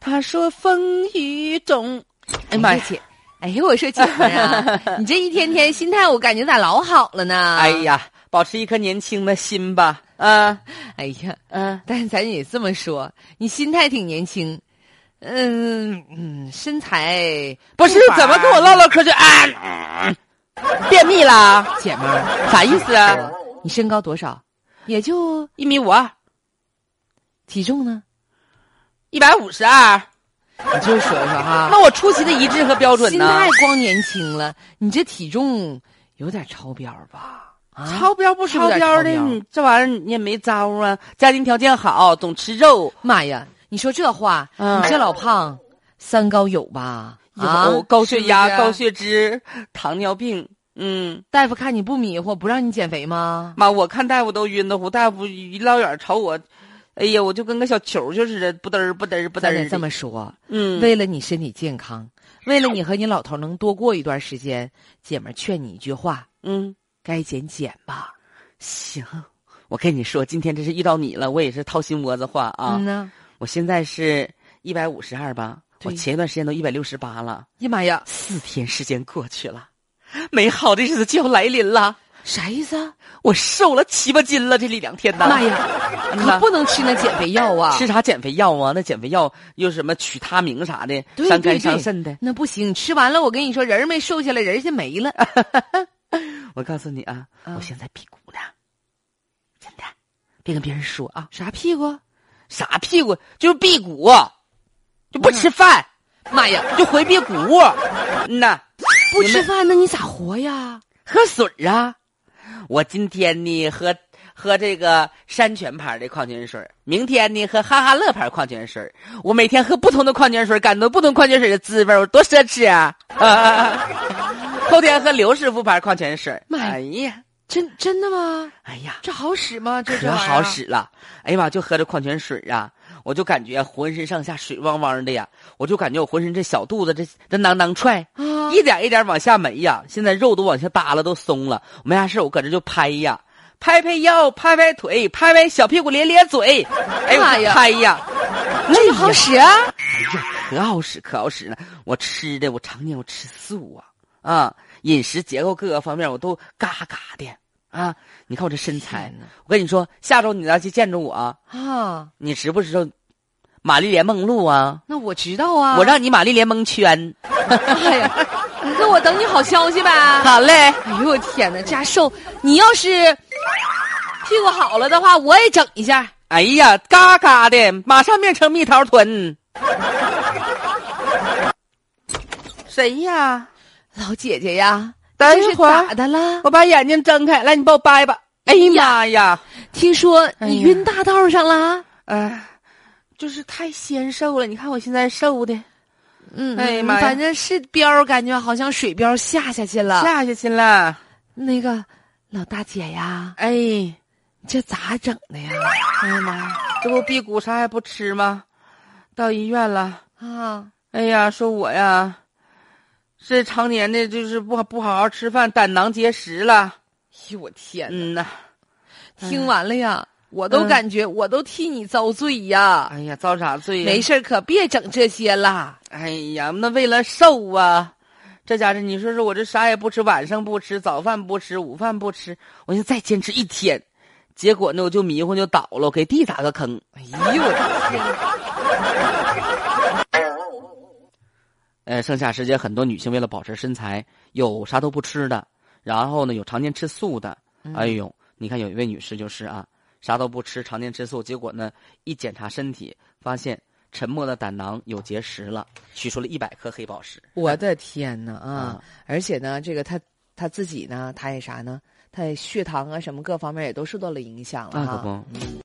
话说风雨中。哎妈呀！哎呦，我说姐夫啊， 你这一天天心态，我感觉咋老好了呢？哎，呀，保持一颗年轻的心吧。啊，哎呀，嗯，但是咱也这么说，你心态挺年轻，嗯嗯，身材不是法怎么跟我唠唠嗑就啊，便秘啦？姐们儿，啥意思啊？你身高多少？也就一米五啊二，体重呢？一百五十二。你就说说哈，啊那我出奇的一致和标准心呢态？光年轻了，你这体重有点超标吧？啊，超标不超是有标的，点超标你这玩意儿你也没招啊。家庭条件好，总吃肉，妈呀！你说这话，嗯你这老胖，三高有吧？有、啊高血压、是不是高血脂、糖尿病。嗯，大夫看你不迷糊，不让你减肥吗？妈，我看大夫都晕得乎，大夫一老远朝我，哎呀，我就跟个小球似的，不嘚儿不嘚儿不嘚咱儿得的。这么说，嗯，为了你身体健康，为了你和你老头能多过一段时间，姐们儿劝你一句话：嗯，该减减吧。行，我跟你说，今天这是遇到你了，我也是掏心窝子话啊。嗯呐，我现在是一百五十二吧，我对前一段时间都一百六十八了，哎呀妈呀，四天时间过去了，美好的日子就要来临了。啥意思啊？我瘦了七八斤了，这里两天呢。妈呀，嗯呐，可不能吃那减肥药啊！吃啥减肥药啊？那减肥药又什么曲他明啥的，对伤肝对对伤肾的。那不行，吃完了我跟你说，人儿没瘦下来，人儿就没啊了。我告诉你啊，嗯我现在屁股呢，真的，别跟别人说啊，啥屁股？啥屁股就是辟谷，就不吃饭，妈呀，就回辟谷。嗯呐，嗯不你吃们饭那你咋活呀？喝水儿啊！我今天呢喝喝这个山泉牌的矿泉水儿，明天呢喝哈哈乐牌矿泉水儿。我每天喝不同的矿泉水儿，感受不同矿泉水儿的滋味儿，我多奢侈啊！啊后天喝刘师傅牌矿泉水儿。妈呀哎呀，真真的吗？哎呀，这好使吗？ 这可好。使了！哎呀妈，就喝这矿泉水儿啊，我就感觉浑身上下水汪汪的呀，我就感觉我浑身这小肚子这这囊囊踹。这玩意儿啊，一点一点往下没呀，现在肉都往下耷拉，都松了。没啥事，我搁这就拍呀，拍拍腰，拍拍腿，拍拍小屁股，咧咧嘴。哎呦，妈我呀拍呀，这个好使啊！可好使，可好使了。我吃的，我常年我吃素啊，啊，饮食结构各个方面我都嘎嘎的啊。你看我这身材天，哪我跟你说，下周你要去见着我啊，啊，你知不知道玛丽莲梦露啊？那我知道啊。我让你玛丽莲蒙圈。 哎呀，那我等你好消息呗。好嘞，哎呦我天哪，家瘦！你要是屁股好了的话，我也整一下。哎呀，嘎嘎的，马上变成蜜桃臀。谁呀？老姐姐呀，等这一是会儿咋的了？我把眼睛睁开，来，你帮我掰吧。哎呀妈呀！听说哎你呀晕大道上了？哎，就是太纤瘦了。你看我现在瘦的，嗯，哎呀嗯妈呀反正是标，感觉好像水标下下去了。下下去了。那个老大姐呀，哎，这咋整的呀？哎呀妈呀！这不辟谷啥也不吃吗？到医院了。啊，哎呀，说我呀，是常年的，就是不好不好好吃饭，胆囊结石了。哎呦我天哪！嗯呐。听完了呀，我都嗯感觉我都替你遭罪呀。哎呀，遭啥罪呀？没事儿可别整这些啦。哎呀，那为了瘦啊，这家伙，你说说我这啥也不吃，晚上不吃，早饭不吃，午饭不吃，我就再坚持一天，结果呢，我就迷糊就倒了，我给地砸个坑。哎呦我的天哪！呃，盛夏时节，很多女性为了保持身材，有啥都不吃的，然后呢，有常年吃素的。哎呦，你看有一位女士就是啊，啥都不吃，常年吃素，结果呢，一检查身体，发现沉默的胆囊有结石了，取出了一百颗黑宝石。 我的天呐啊啊！而且呢，这个他他自己呢，他也啥呢？他也血糖啊什么各方面也都受到了影响了那哈可不。